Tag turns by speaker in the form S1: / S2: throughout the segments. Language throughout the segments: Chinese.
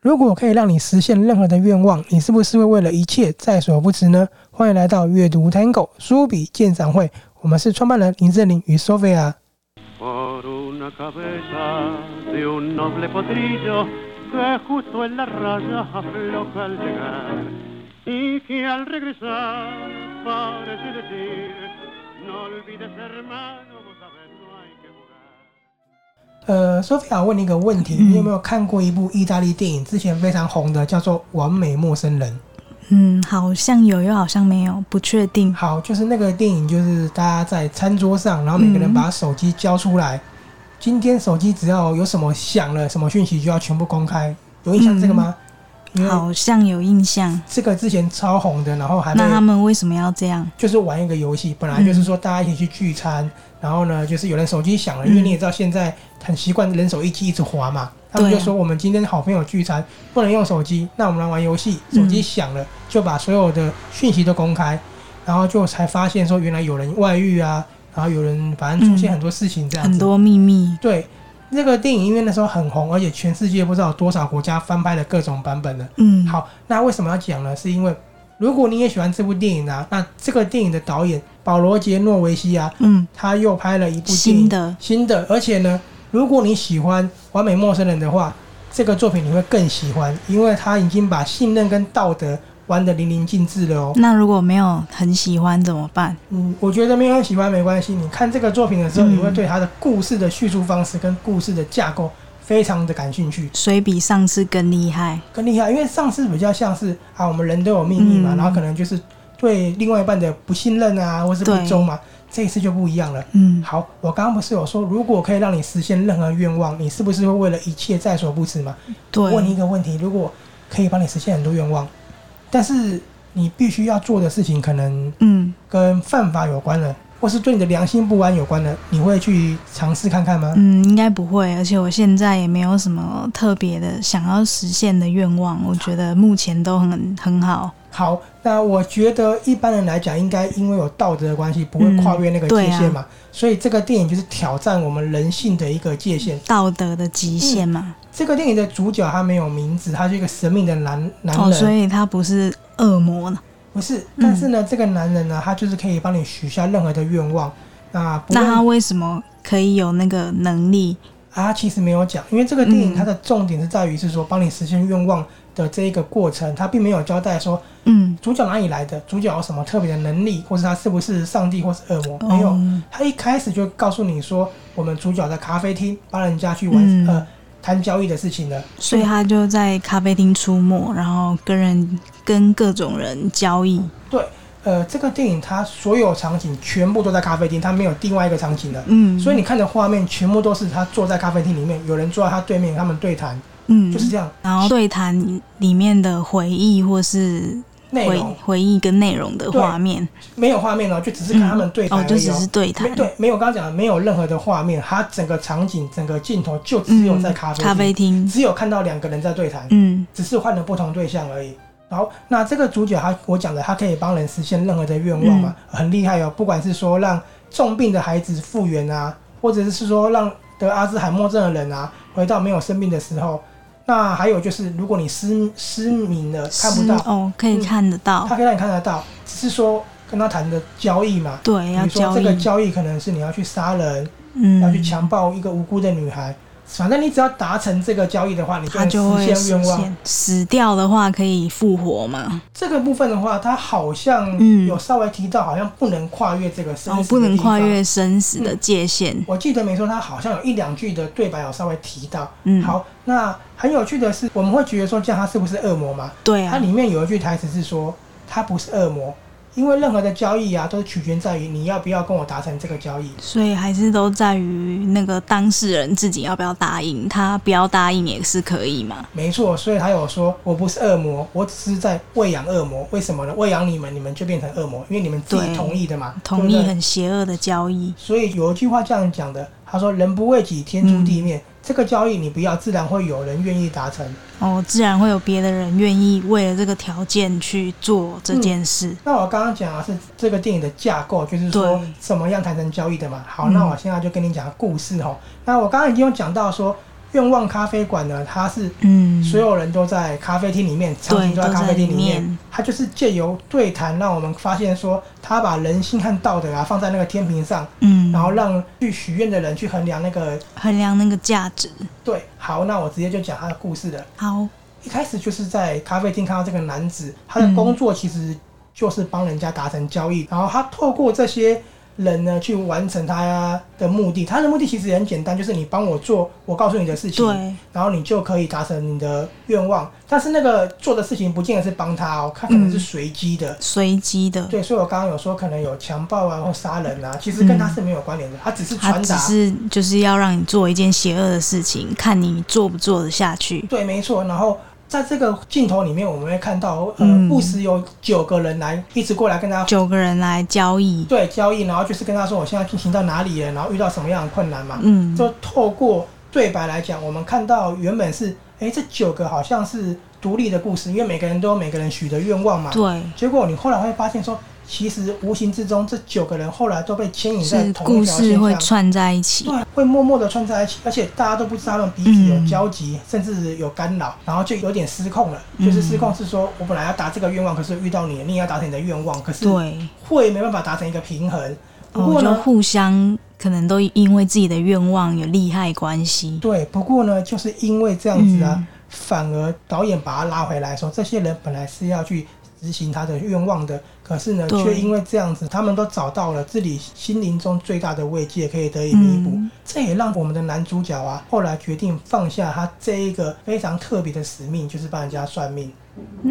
S1: 如果可以让你实现任何的愿望，你是不是会为了一切在所不辞呢？欢迎来到阅读 Tango 书笔鉴赏会，我们是创办人林正林与 Sophia。
S2: por una cabeza de un noble potrillo que justo en la raya afloja al llegar y que al regresar parece decir no olvides hermano vos sabés no hay que jugar
S1: 呃，Sophia，我问你一个问题，
S3: 嗯
S1: 你有没有看过一部意大利电影，之前非常红的，叫做《完美陌生人》？
S3: 嗯，好像有，又好像没有，不确定。
S1: 好，就是那个电影，就是大家在餐桌上，然后每个人把手机交出来。今天手机只要有什么响了，什么讯息就要全部公开。有印象这个吗？因为
S3: 嗯好像有印象。
S1: 这个之前超红的，然后还被
S3: 那他们为什么要这样？
S1: 就是玩一个游戏，本来就是说大家一起去聚餐，然后呢，就是有人手机响了，因为
S3: 嗯
S1: 你也知道现在很习惯人手一机一直滑嘛，他们
S3: 对
S1: 就
S3: 啊
S1: 说我们今天好朋友聚餐不能用手机，那我们来玩游戏，手机
S3: 嗯
S1: 响了就把所有的讯息都公开，然后就才发现说原来有人外遇啊，然后有人反正出现
S3: 嗯
S1: 很多事情这样子，
S3: 很多秘密。
S1: 对。那个电影因为那时候很红，而且全世界不知道有多少国家翻拍了各种版本的，
S3: 嗯，，
S1: 好，那为什么要讲呢？是因为如果你也喜欢这部电影啊，那这个电影的导演保罗·杰诺维西啊，
S3: 嗯，
S1: 他又拍了一部电影
S3: 新的，
S1: 新的，而且呢，如果你喜欢《完美陌生人》的话，这个作品你会更喜欢，因为他已经把信任跟道德玩得淋漓尽致了哦。
S3: 那如果没有很喜欢怎么办？
S1: 嗯，我觉得没有很喜欢没关系，你看这个作品的时候，
S3: 嗯
S1: 你会对他的故事的叙述方式跟故事的架构非常的感兴趣。
S3: 谁比上次更厉害？
S1: 更厉害，因为上次比较像是啊，我们人都有秘密嘛，
S3: 嗯
S1: 然后可能就是对另外一半的不信任啊，或是不
S3: 对
S1: 忠嘛。这一次就不一样了。
S3: 嗯，
S1: 好，我刚刚不是有说，如果可以让你实现任何愿望，你是不是会为了一切在所不辞嘛？问你一
S3: 对，
S1: 个问题，如果可以帮你实现很多愿望，但是你必须要做的事情可能
S3: 嗯，
S1: 跟犯法有关的，或是对你的良心不安有关的，你会去尝试看看吗？
S3: 嗯，应该不会，而且我现在也没有什么特别的想要实现的愿望，我觉得目前都很很好。
S1: 好，那我觉得一般人来讲，应该因为有道德的关系，不会跨越
S3: 嗯
S1: 那个
S3: 啊
S1: 界限嘛。所以这个电影就是挑战我们人性的一个界限。
S3: 道德的极限嘛，
S1: 这个电影的主角他没有名字，他是一个神秘的男男
S3: 哦，所
S1: 人，
S3: 以嗯他不是恶魔呢。
S1: 不是。但是呢，这个男人呢，他就是可以帮你许下任何的愿望。那不
S3: 那他
S1: 论
S3: 为什么可以有那个能力？
S1: 啊，其实没有讲，因为这个电影
S3: 嗯
S1: 它的重点是在于是说帮你实现愿望的这一个过程，他并没有交代说
S3: 嗯，
S1: 主角哪里来的，主角有什么特别的能力，或是他是不是上帝或是恶魔，没有。
S3: 哦
S1: 他一开始就告诉你说，我们主角在咖啡厅帮人家去玩、
S3: 嗯
S1: 呃谈交易的事情了。
S3: 所以他就在咖啡厅出没，然后跟人跟各种人交易。
S1: 呃，这个电影它所有场景全部都在咖啡厅，它没有另外一个场景的。
S3: 嗯，
S1: 所以你看的画面全部都是他坐在咖啡厅里面，有人坐在他对面，他们对谈，
S3: 嗯
S1: 就是这样。
S3: 然后对谈里面的回忆或是
S1: 内
S3: 回
S1: 容
S3: 回忆跟内容的画面，
S1: 没有画面哦，就只是看他们对谈
S3: 哦，
S1: 而
S3: 就
S1: 已
S3: 只是
S1: 哦。
S3: 对谈
S1: 没，对，没有刚刚讲的，没有任何的画面，它整个场景、整个镜头就只有在咖啡
S3: 嗯咖啡
S1: 厅，
S3: 厅，
S1: 只有看到两个人在对谈。
S3: 嗯
S1: 只是换了不同对象而已。好，那这个主角他我讲的，他可以帮人实现任何的愿望嘛，
S3: 嗯
S1: 很厉害哦。不管是说让重病的孩子复原啊，或者是说让得阿兹海默症的人啊回到没有生病的时候，那还有就是如果你失失明了看不
S3: 是
S1: 到，
S3: 哦，可以
S1: 嗯
S3: 看得到
S1: 他，可以让你看得到，只是说跟他谈的交易嘛。
S3: 对，
S1: 比
S3: 要
S1: 如说
S3: 交
S1: 这个
S3: 易，
S1: 交易可能是你要去杀人，
S3: 嗯，
S1: 要去强暴一个无辜的女孩，反正你只要达成这个交易的话，你就
S3: 他
S1: 能
S3: 就会
S1: 实现
S3: 实
S1: 愿望。
S3: 现。死掉的话可以复活嘛？
S1: 这个部分的话，它好像
S3: 嗯
S1: 有稍微提到，好像不能跨越这个生死、
S3: 哦，不能跨。越生死的界限。
S1: 我记得没错，它好像有一两句的对白有稍微提到。
S3: 嗯，，
S1: 好，那很有趣的是，我们会觉得说，这样他是不是恶魔嘛？
S3: 对
S1: 它
S3: 啊，
S1: 里面有一句台词是说，他不是恶魔，因为任何的交易啊，都是取决在于你要不要跟我达成这个交易。
S3: 所以还是都在于那个当事人自己要不要答应，他不要答应也是可以嘛。
S1: 没错，所以他有说，我不是恶魔，我只是在喂养恶魔。为什么呢？喂养你们，你们就变成恶魔，因为你们自己
S3: 对
S1: 同意的嘛，对
S3: 同
S1: 不对
S3: 意很邪恶的交易，
S1: 所以有一句话这样讲的，他说：“人不为己，天诛地
S3: 嗯
S1: 灭。这个交易你不要，自然会有人愿意达成。
S3: 哦，自然会有别的人愿意为了这个条件去做这件事。
S1: 那我刚刚讲的是这个电影的架构，就是说
S3: 对
S1: 怎么样谈成交易的嘛。好，
S3: 嗯
S1: 哦那我现在就跟你讲故事哈。那我刚刚已经有讲到说，愿望咖啡馆呢，它是
S3: 嗯，
S1: 所有人都在咖啡厅里面，场景
S3: 对，
S1: 都在
S3: 都
S1: 咖啡
S3: 在
S1: 厅
S3: 里
S1: 里面。，它就是借由对谈，让我们发现说，他把人性和道德啊放在那个天平上，
S3: 嗯，
S1: 然后让去许愿的人去衡量那个
S3: 衡量那个价值。
S1: 对。好，那我直接就讲他的故事了。
S3: 好，
S1: 一开始就是在咖啡厅看到这个男子，他的工作其实就是帮人家达成交易，然后他透过这些人呢去完成他的目的。他的目的其实也很简单，就是你帮我做我告诉你的事情，
S3: 对，
S1: 然后你就可以达成你的愿望。但是那个做的事情不见得是帮他哦，他可能是随机的。
S3: 随机的，
S1: 对，所以我刚刚有说可能有强暴啊或杀人啊，其实跟他是没有关联的，他只是
S3: 嗯他
S1: 传
S3: 只
S1: 达。
S3: 是就是要让你做一件邪恶的事情，看你做不做得下去。
S1: 对，没错。然后在这个镜头里面，我们会看到，呃，
S3: 嗯
S1: 不时有九个人来一直过来跟他
S3: 九个人来交易，
S1: 对交易，然后就是跟他说我现在进行到哪里了，然后遇到什么样的困难嘛。
S3: 嗯，
S1: 就透过对白来讲，我们看到原本是，哎，这九个好像是独立的故事，因为每个人都有每个人许的愿望嘛。
S3: 对，
S1: 结果你后来会发现说，其实无形之中，这九个人后来都被牵引在
S3: 是
S1: 同
S3: 故
S1: 一条
S3: 事
S1: 线
S3: 会
S1: 上。
S3: 串在一起。
S1: 对，会默默的串在一起，而且大家都不知道他们彼此有
S3: 嗯
S1: 交集，甚至有干扰，然后就有点失控了。
S3: 嗯
S1: 就是失控是说，我本来要达这个愿望，可是遇到你，你也要达成你的愿望，可是
S3: 对，
S1: 会没办法达成一个平衡。不
S3: 我
S1: 过
S3: 哦就
S1: 呢，
S3: 互相可能都因为自己的愿望有利害关系。
S1: 对，不过呢，就是因为这样子啊，
S3: 嗯
S1: 反而导演把他拉回来说，这些人本来是要去执行他的愿望的，可是呢，
S3: 对
S1: 却因为这样子，他们都找到了自己心灵中最大的慰藉，可以得以弥补。
S3: 嗯
S1: 这也让我们的男主角啊，后来决定放下他这一个非常特别的使命，就是帮人家算命。
S3: 嗯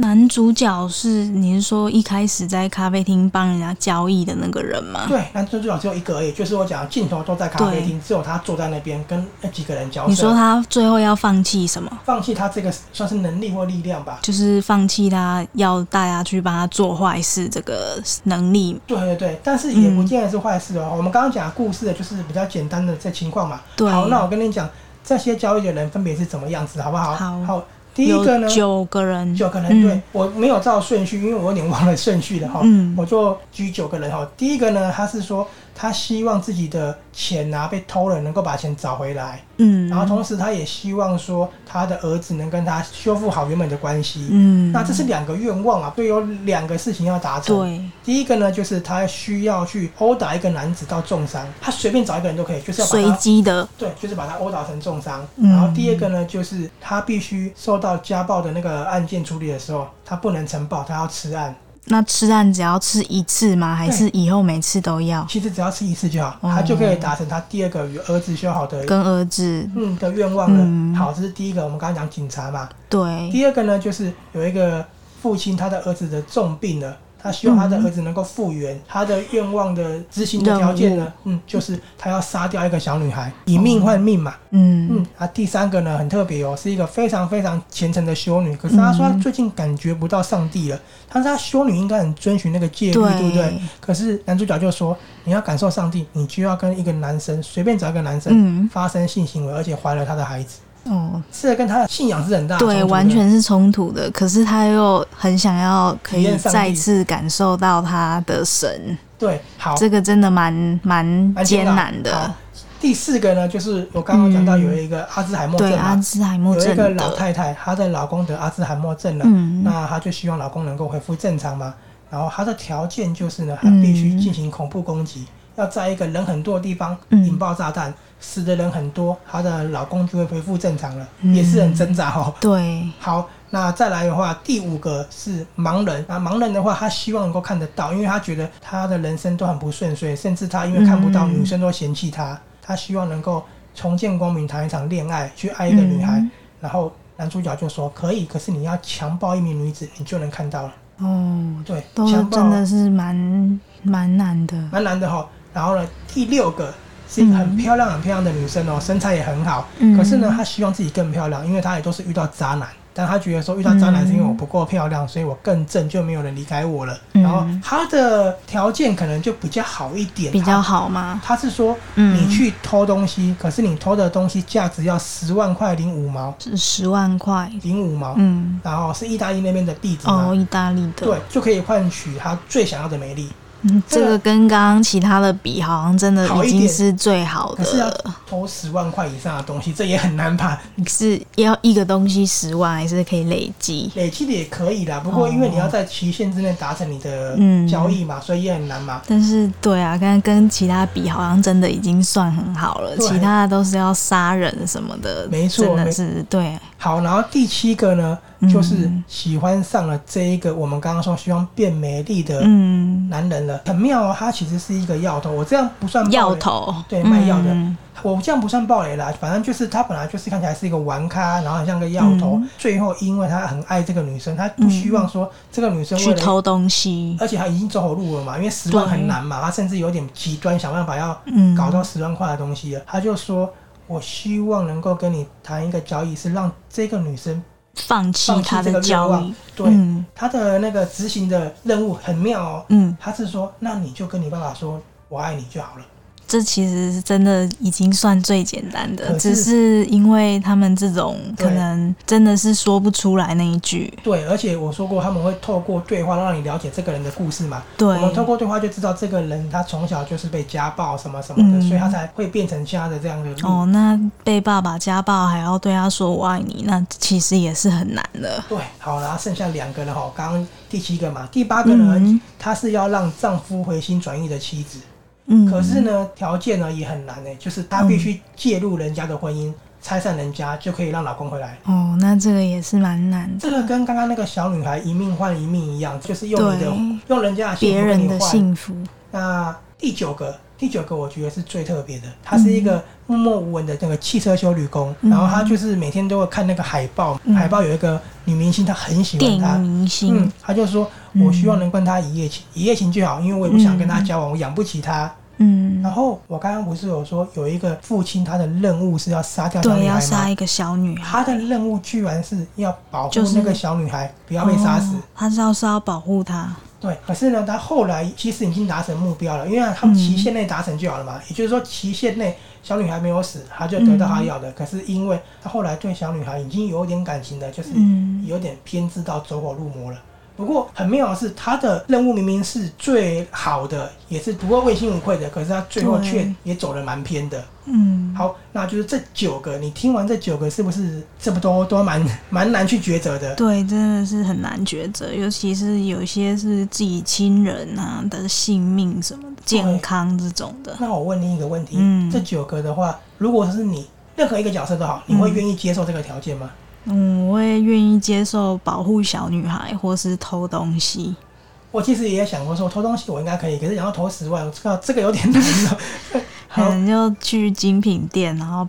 S3: 男主角是你是说一开始在咖啡厅帮人家交易的那个人吗？
S1: 对，男主角只有一个而已，就是我讲的镜头都在咖啡
S3: 对
S1: 厅，只有他坐在那边跟那几个人交涉。
S3: 你说他最后要放弃什么？
S1: 放弃他这个算是能力或力量吧？
S3: 就是放弃他要大家去帮他做坏事这个能力。
S1: 对对对，但是也不
S3: 嗯
S1: 见得是坏事哦。我们刚刚讲的故事的就是比较简单的这情况嘛。
S3: 对
S1: 好，那我跟你讲这些交易的人分别是怎么样子，好不好？
S3: 好
S1: 第一个呢
S3: 有，九个人，
S1: 九个人，对
S3: 嗯
S1: 我没有照顺序，因为我有点忘了顺序了哈。
S3: 嗯
S1: 我就举九个人哈。第一个呢，他是说他希望自己的钱啊被偷了，能够把钱找回来，
S3: 嗯，
S1: 然后同时他也希望说他的儿子能跟他修复好原本的关系。
S3: 嗯，
S1: 那这是两个愿望啊，对，有两个事情要达成。
S3: 对
S1: 第一个呢，就是他需要去殴打一个男子到重伤，他随便找一个人都可以，就是要把
S3: 随
S1: 他
S3: 机的，
S1: 对，就是把他殴打成重伤。
S3: 嗯
S1: 然后第二个呢，就是他必须受到家暴的那个案件处理的时候，他不能呈报，他要吃案。
S3: 那吃蛋只要吃一次吗？还是以后每次都要？
S1: 其实只要吃一次就好，
S3: 哦
S1: 他就可以达成他第二个与儿子修好的
S3: 跟儿子
S1: 嗯的愿望了。
S3: 嗯
S1: 好，这是第一个，我们刚刚讲警察嘛。
S3: 对，
S1: 第二个呢，就是有一个父亲，他的儿子的重病了，他希望他
S3: 嗯
S1: 的儿子能够复原。他的愿望的执行的条件呢，嗯，就是他要杀掉一个小女孩，以命换命嘛。
S3: 嗯
S1: 嗯，啊，第三个呢很特别哦，是一个非常非常虔诚的修女，可是她说她
S3: 嗯
S1: 最近感觉不到上帝了。但是她修女应该很遵循那个戒律，对不对
S3: 对？
S1: 可是男主角就说，你要感受上帝，你就要跟一个男生随便找一个男生
S3: 嗯，
S1: 发生性行为，而且怀了他的孩子，
S3: 哦，
S1: 这跟他的信仰是很大的冲突
S3: 对，
S1: 的
S3: 完全是冲突的。可是他又很想要可
S1: 体验
S3: 以
S1: 上帝
S3: 再次感受到他的神，
S1: 对。好，
S3: 这个真的蛮蛮
S1: 蛮
S3: 艰难
S1: 好
S3: 的。
S1: 第四个呢，就是我刚刚讲到
S3: 嗯
S1: 有一个阿兹海默症
S3: 对，阿
S1: 嘛，
S3: 兹海默
S1: 有一
S3: 症
S1: 个老
S3: 的，
S1: 太太，她的老公得阿兹海默症了，
S3: 嗯
S1: 那她就希望老公能够恢复正常嘛。然后她的条件就是呢，她必须
S3: 嗯
S1: 进行恐怖攻击，要在一个人很多的地方
S3: 嗯
S1: 引爆炸弹，死的人很多，她的老公就会恢复正常了，
S3: 嗯
S1: 也是很挣扎哦。
S3: 对，
S1: 好，那再来的话，第五个是盲人啊。盲人的话，他希望能够看得到，因为他觉得他的人生都很不顺遂，甚至他因为看不到，
S3: 嗯
S1: 女生都嫌弃他。他希望能够重见光明，谈一场恋爱，去爱一个女孩。
S3: 嗯
S1: 然后男主角就说：“可以，可是你要强暴一名女子，你就能看到了。
S3: 哦”，
S1: 对，
S3: 都
S1: 强暴
S3: 真的是蛮蛮难的。
S1: 蛮难的哈。然后呢，第六个是一个很漂亮、很漂亮的女生哦，身材也很好。
S3: 嗯
S1: 可是呢，她希望自己更漂亮，因为她也都是遇到渣男。但她觉得说遇到渣男是因为我不够漂亮，所以我更正，就没有人理解我了。
S3: 嗯
S1: 然后她的条件可能就比较好一点，
S3: 比较
S1: 她。
S3: 好嗯吗？
S1: 她是说，
S3: 嗯
S1: 你去偷东西，可是你偷的东西价值要十万块零五毛，
S3: 是十万块，
S1: 零五毛，
S3: 嗯，哦
S1: 然后是意大利那边的币值嘛，
S3: 哦，意大利的，
S1: 对，就可以换取她最想要的美丽。
S3: 嗯，这个跟刚刚其他的比，好像真的
S1: 好
S3: 已
S1: 一
S3: 经
S1: 点
S3: 是最好
S1: 可是要
S3: 的，
S1: 投十万块以上的东西，这也很难吧？
S3: 是要一个东西十万，还是可以累积？
S1: 累积的也可以啦，不过因为你要在期限之内达成你的
S3: 哦嗯
S1: 交易嘛，所以也很难嘛。
S3: 但是，对啊，跟跟其他比，好像真的已经算很好了。
S1: 对
S3: 其他的都是要杀人什么的，
S1: 没错
S3: 真的
S1: 没
S3: 是对，
S1: 好，然后第七个呢，
S3: 嗯
S1: 就是喜欢上了这一个我们刚刚说希望变美丽的
S3: 嗯，
S1: 男人了，很妙哦。他其实是一个药头，我这样不算暴雷
S3: 药，头，
S1: 对卖药的
S3: 嗯
S1: 我这样不算暴雷啦。反正就是他本来就是看起来是一个玩咖，然后很像个药头，
S3: 嗯
S1: 最后因为他很爱这个女生，他不希望说这个女生为
S3: 去
S1: 了
S3: 偷东西，
S1: 而且他已经走火入魔嘛，因为十万
S3: 对
S1: 很难嘛，他甚至有点极端，想办法要
S3: 嗯，
S1: 呃搞到十万块的东西啊了。他就说：“我希望能够跟你谈一个交易，是让这个女生
S3: 放弃
S1: 放弃
S3: 他
S1: 这个
S3: 的
S1: 愿
S3: 交易
S1: 望，。”对，
S3: 嗯
S1: 他的那个执行的任务很妙哦。
S3: 嗯，
S1: 他是说：“那你就跟你爸爸说我爱你就好了。
S3: 这其实是真的已经算最简单的，
S1: 可
S3: 只
S1: 是
S3: 是因为他们这种可
S1: 对
S3: 能真的是说不出来那一句，”
S1: 对，而且我说过他们会透过对话让你了解这个人的故事嘛。
S3: 对
S1: 我，们透过对话就知道这个人他从小就是被家暴什么什么的，
S3: 嗯
S1: 所以他才会变成现在的这样的路。
S3: 哦，那被爸爸家暴还要对他说我爱你，那其实也是很难的。
S1: 对，好，然后剩下两个了哈，刚刚第七个嘛，第八个呢，
S3: 嗯
S1: 她是要让丈夫回心转意的妻子，
S3: 嗯，
S1: 可是呢，条件呢也很难呢，欸就是她必须介入人家的婚
S3: 嗯
S1: 姻，拆散人家就可以让老公回来。
S3: 哦，那这个也是蛮难的，
S1: 这个跟刚刚那个小女孩一命换一命一样，就是用你的
S3: 对
S1: 用人家的幸
S3: 别
S1: 福跟
S3: 人
S1: 你
S3: 的
S1: 换。
S3: 幸福，
S1: 那第九个，第九个我觉得是最特别的，他是一个默默无闻的那个汽车修理工，
S3: 嗯
S1: 然后他就是每天都会看那个海报，
S3: 嗯
S1: 海报有一个女明星，她很喜欢
S3: 电
S1: 她
S3: 影，明
S1: 嗯
S3: 星，，
S1: 他就说，
S3: 嗯
S1: 我希望能跟他一夜情，一夜情就好，因为我也不想跟他交往，我养不起他。
S3: 嗯，
S1: 然后我刚刚不是有说有一个父亲，他的任务是要杀掉小
S3: 对，
S1: 女
S3: 要
S1: 孩
S3: 杀
S1: 吗？
S3: 一个小女孩，
S1: 他的任务居然是要保护
S3: 就是
S1: 那个小女孩不要被杀死。
S3: 哦他是要是要保护她，
S1: 对，可是呢，他后来其实已经达成目标了，因为他们
S3: 嗯
S1: 期限内达成就好了嘛。也就是说，期限内小女孩没有死，他就得到
S3: 嗯
S1: 他要的。可是因为他后来对小女孩已经有点感情了，就是
S3: 嗯
S1: 有点偏执到走火入魔了。不过很妙的是，他的任务明明是最好的，也是不会问心无愧的，可是他最后
S3: 对
S1: 却也走了蛮偏的。
S3: 嗯，
S1: 好，那就是这九个，你听完这九个，是不是这么多都蛮蛮难去抉择的？
S3: 对，真的是很难抉择，尤其是有一些是自己亲人啊的性命什么的、健康这种的，
S1: 那我问你一个问题，
S3: 嗯
S1: 这九个的话，如果是你任何一个角色都好，你会愿意接受这个条件吗？
S3: 嗯，我也愿意接受保护小女孩或是偷东西，
S1: 我其实也想过说偷东西我应该可以，可是想要投十万，这个这个有点难哦了。
S3: 可
S1: 好，
S3: 能就去精品店，然后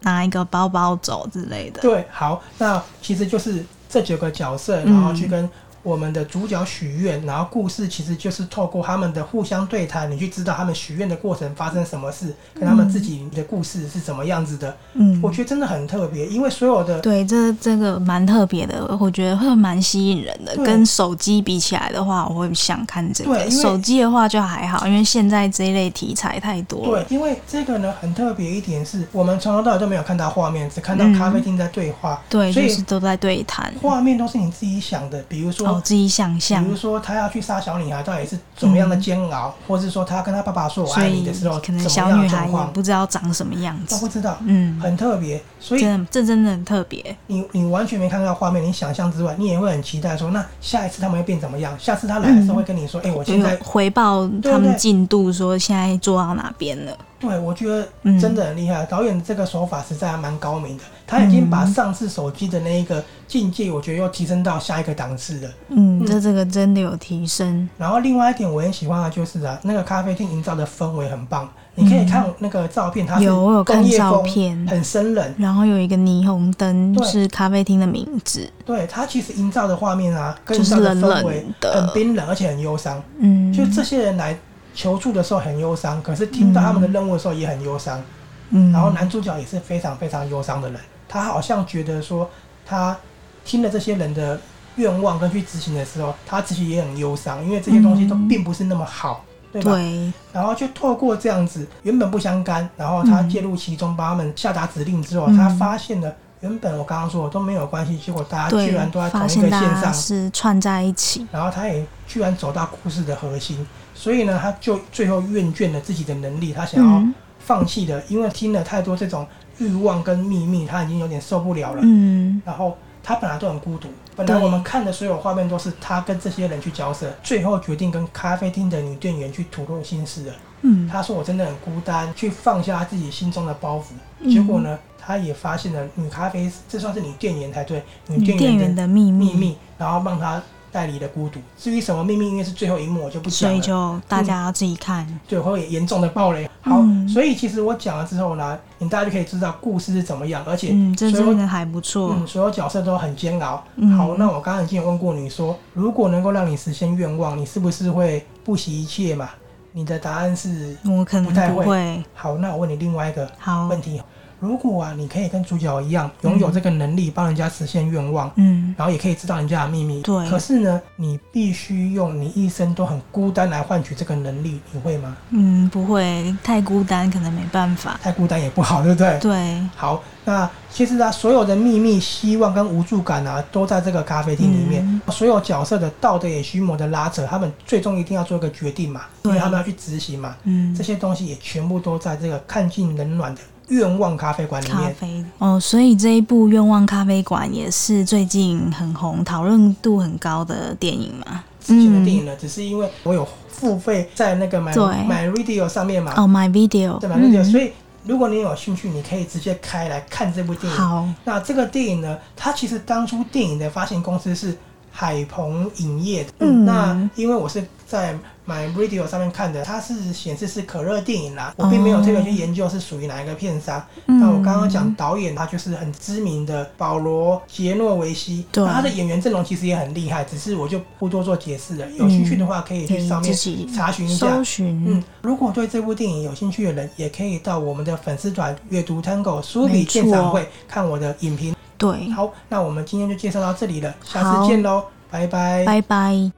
S3: 拿一个包包走之类的。
S1: 对，好，那其实就是这九个角色，
S3: 嗯
S1: 然后去跟我们的主角许愿，然后故事其实就是透过他们的互相对谈，你去知道他们许愿的过程发生什么事，跟他们自己的故事是怎么样子的。
S3: 嗯
S1: 我，觉得真的很特别，因为所有的
S3: 对，这这个蛮特别的，我觉得会蛮吸引人的。
S1: 对
S3: 跟手机比起来的话，我会想看这
S1: 对
S3: 个。
S1: 因为
S3: 手机的话就还好，因为现在这一类题材太多
S1: 对
S3: 了。，
S1: 因为这个呢很特别一点是，我们从头到尾都没有看到画面，只看到
S3: 嗯
S1: 咖啡厅在对话，
S3: 对，
S1: 所
S3: 就是
S1: 以
S3: 都在对谈。
S1: 画面都是你自己想的，比如说。
S3: 哦，自己想
S1: 比
S3: 象
S1: 如，说，他要去杀小女孩，到底是怎么样的煎熬，或者是说他跟他爸爸说“我
S3: 嗯所
S1: 爱你”
S3: 以
S1: 的时候，
S3: 可能
S1: 怎
S3: 小
S1: 么样的
S3: 女孩
S1: 状
S3: 也
S1: 况
S3: 不知道长什么样
S1: 都
S3: 子
S1: 不。知道，
S3: 嗯，
S1: 很特别。所以
S3: 真的，这真的很特别。
S1: 你你完全没看到画面，你想象之外，你也会很期待说，那下一次他们会变怎么样？下次他
S3: 嗯
S1: 来的时候会跟你说：“哎、我
S3: 就
S1: 现在
S3: 有回报
S1: 对
S3: 他们
S1: 对
S3: 进度，说现在做到哪边了。
S1: 对，我觉得
S3: 嗯
S1: 真的很厉害，导演这个手法实在还蛮高明的。他已经把
S3: 嗯
S1: 上次手机的那一个境界，我觉得又提升到下一个档次了。
S3: 嗯，
S1: 嗯
S3: 这这个真的有提升。
S1: 然后另外一点我很喜欢的就是啊，那个咖啡厅营造的氛围很棒，你可以看那个照片，它是
S3: 有我有看
S1: 工业
S3: 照
S1: 风，
S3: 片
S1: 很生冷。
S3: 然后有一个霓虹灯
S1: 对
S3: 是咖啡厅的名字，
S1: 对，它其实营造的画面啊，跟
S3: 就
S1: 营
S3: 是
S1: 造的
S3: 冷
S1: 氛围
S3: 冷
S1: 很
S3: 的。
S1: 冰冷，而且很忧伤。
S3: 嗯，
S1: 就这些人来求助的时候很忧伤，可是听到他们的任务的时候也很忧伤。
S3: 嗯，
S1: 然后男主角也是非常非常忧伤的人，他好像觉得说，他听了这些人的愿望跟去执行的时候，他自己也很忧伤，因为这些东西都
S3: 嗯
S1: 并不是那么好，对吧？
S3: 对，
S1: 然后就透过这样子原本不相干，然后他介入其中，帮他们下达指令之后，
S3: 嗯
S1: 他发现了原本我刚刚说我都没有关系，结果大家居
S3: 对
S1: 然都在，同
S3: 发
S1: 一
S3: 现
S1: 个
S3: 大
S1: 线
S3: 家
S1: 上，
S3: 是串在一起，
S1: 然后他也居然走到故事的核心，所以呢，他就最后厌倦了自己的能力，他想要
S3: 嗯
S1: 放弃的，因为听了太多这种欲望跟秘密，他已经有点受不了了。
S3: 嗯，
S1: 然后他本来都很孤独，本来
S3: 对
S1: 我们看的所有画面都是他跟这些人去交涉，最后决定跟咖啡厅的女店员去吐露心事了。
S3: 嗯，
S1: 他说我真的很孤单，去放下自己心中的包
S3: 嗯
S1: 袱。结果呢，他也发现了女咖啡，这算是女店员才对，
S3: 女
S1: 女
S3: 店
S1: 店
S3: 员
S1: 员的
S3: 的秘密
S1: 秘，密，然后帮他代理了孤独。至于什么秘密，因为是最后一幕，我就不
S3: 所
S1: 讲
S3: 以
S1: 了。
S3: 就大家要自己看，
S1: 对，会严重的暴雷。好，
S3: 嗯
S1: 所以其实我讲了之后呢，你大家就可以知道故事是怎么样，而且
S3: 嗯，这
S1: 所有
S3: 真的还不错
S1: 嗯，，所有角色都很煎熬。
S3: 嗯
S1: 好，那我刚刚已经有问过你说，如果能够让你实现愿望，你是不是会不惜一切嘛？你的答案是
S3: 我可能
S1: 嗯不太
S3: 不会，
S1: 好。那我问你另外一个
S3: 好，
S1: 问题：如果啊，你可以跟主角一样，拥有这个能力，帮人家实现愿望，
S3: 嗯，
S1: 然后也可以知道人家的秘密，
S3: 对
S1: 可是呢，你必须用你一生都很孤单来换取这个能力，你会吗？
S3: 嗯，不会，太孤单，可能没办法。
S1: 太孤单也不好，对不对？
S3: 对，
S1: 好，那其实啊，所有的秘密、希望跟无助感啊，都在这个咖啡厅里面。
S3: 嗯
S1: 所有角色的道德也虚魔的拉扯，他们最终一定要做一个决定嘛，因为
S3: 对
S1: 他们要去执行嘛。
S3: 嗯
S1: 这，些东西也全部都在这个看尽冷暖的愿望咖啡馆里
S3: 咖
S1: 面。
S3: 啡哦，所以这一部《愿望咖啡馆》也是最近很红、讨论度很高的电影嘛。
S1: 之前的电影呢，只是因为我有付费在那个买
S3: 嗯对
S1: 买 Radio 上面嘛，
S3: 哦，My 嗯 Video，
S1: 啊对吧？Radio，、所
S3: 以
S1: 以如果你有兴趣，你可以直接开来看这部电影。
S3: 好，
S1: 那这个电影呢，它其实当初电影的发行公司是海鹏影业的。
S3: 嗯
S1: 那因为我是在 My Radio 上面看的，它是显示是可乐电影啦，我并没有特
S3: 哦
S1: 别去研究是属于哪一个片商。
S3: 嗯
S1: 那我刚刚讲导演，他就是很知名的保罗杰诺维西，
S3: 对
S1: 那他的演员阵容其实也很厉害，只是我就不多做解释了。有兴趣的话，可以
S3: 可
S1: 去
S3: 以
S1: 上面
S3: 自己
S1: 查询一下。
S3: 嗯搜寻，
S1: 嗯，如果对这部电影有兴趣的人，也可以到我们的粉丝团“阅读 Tango 书
S3: 没
S1: 笔
S3: 错
S1: 鉴赏会”看我的影评。
S3: 对，
S1: 好，那我们今天就介绍到这里了，下
S3: 好
S1: 次见喽，拜拜。
S3: 拜拜。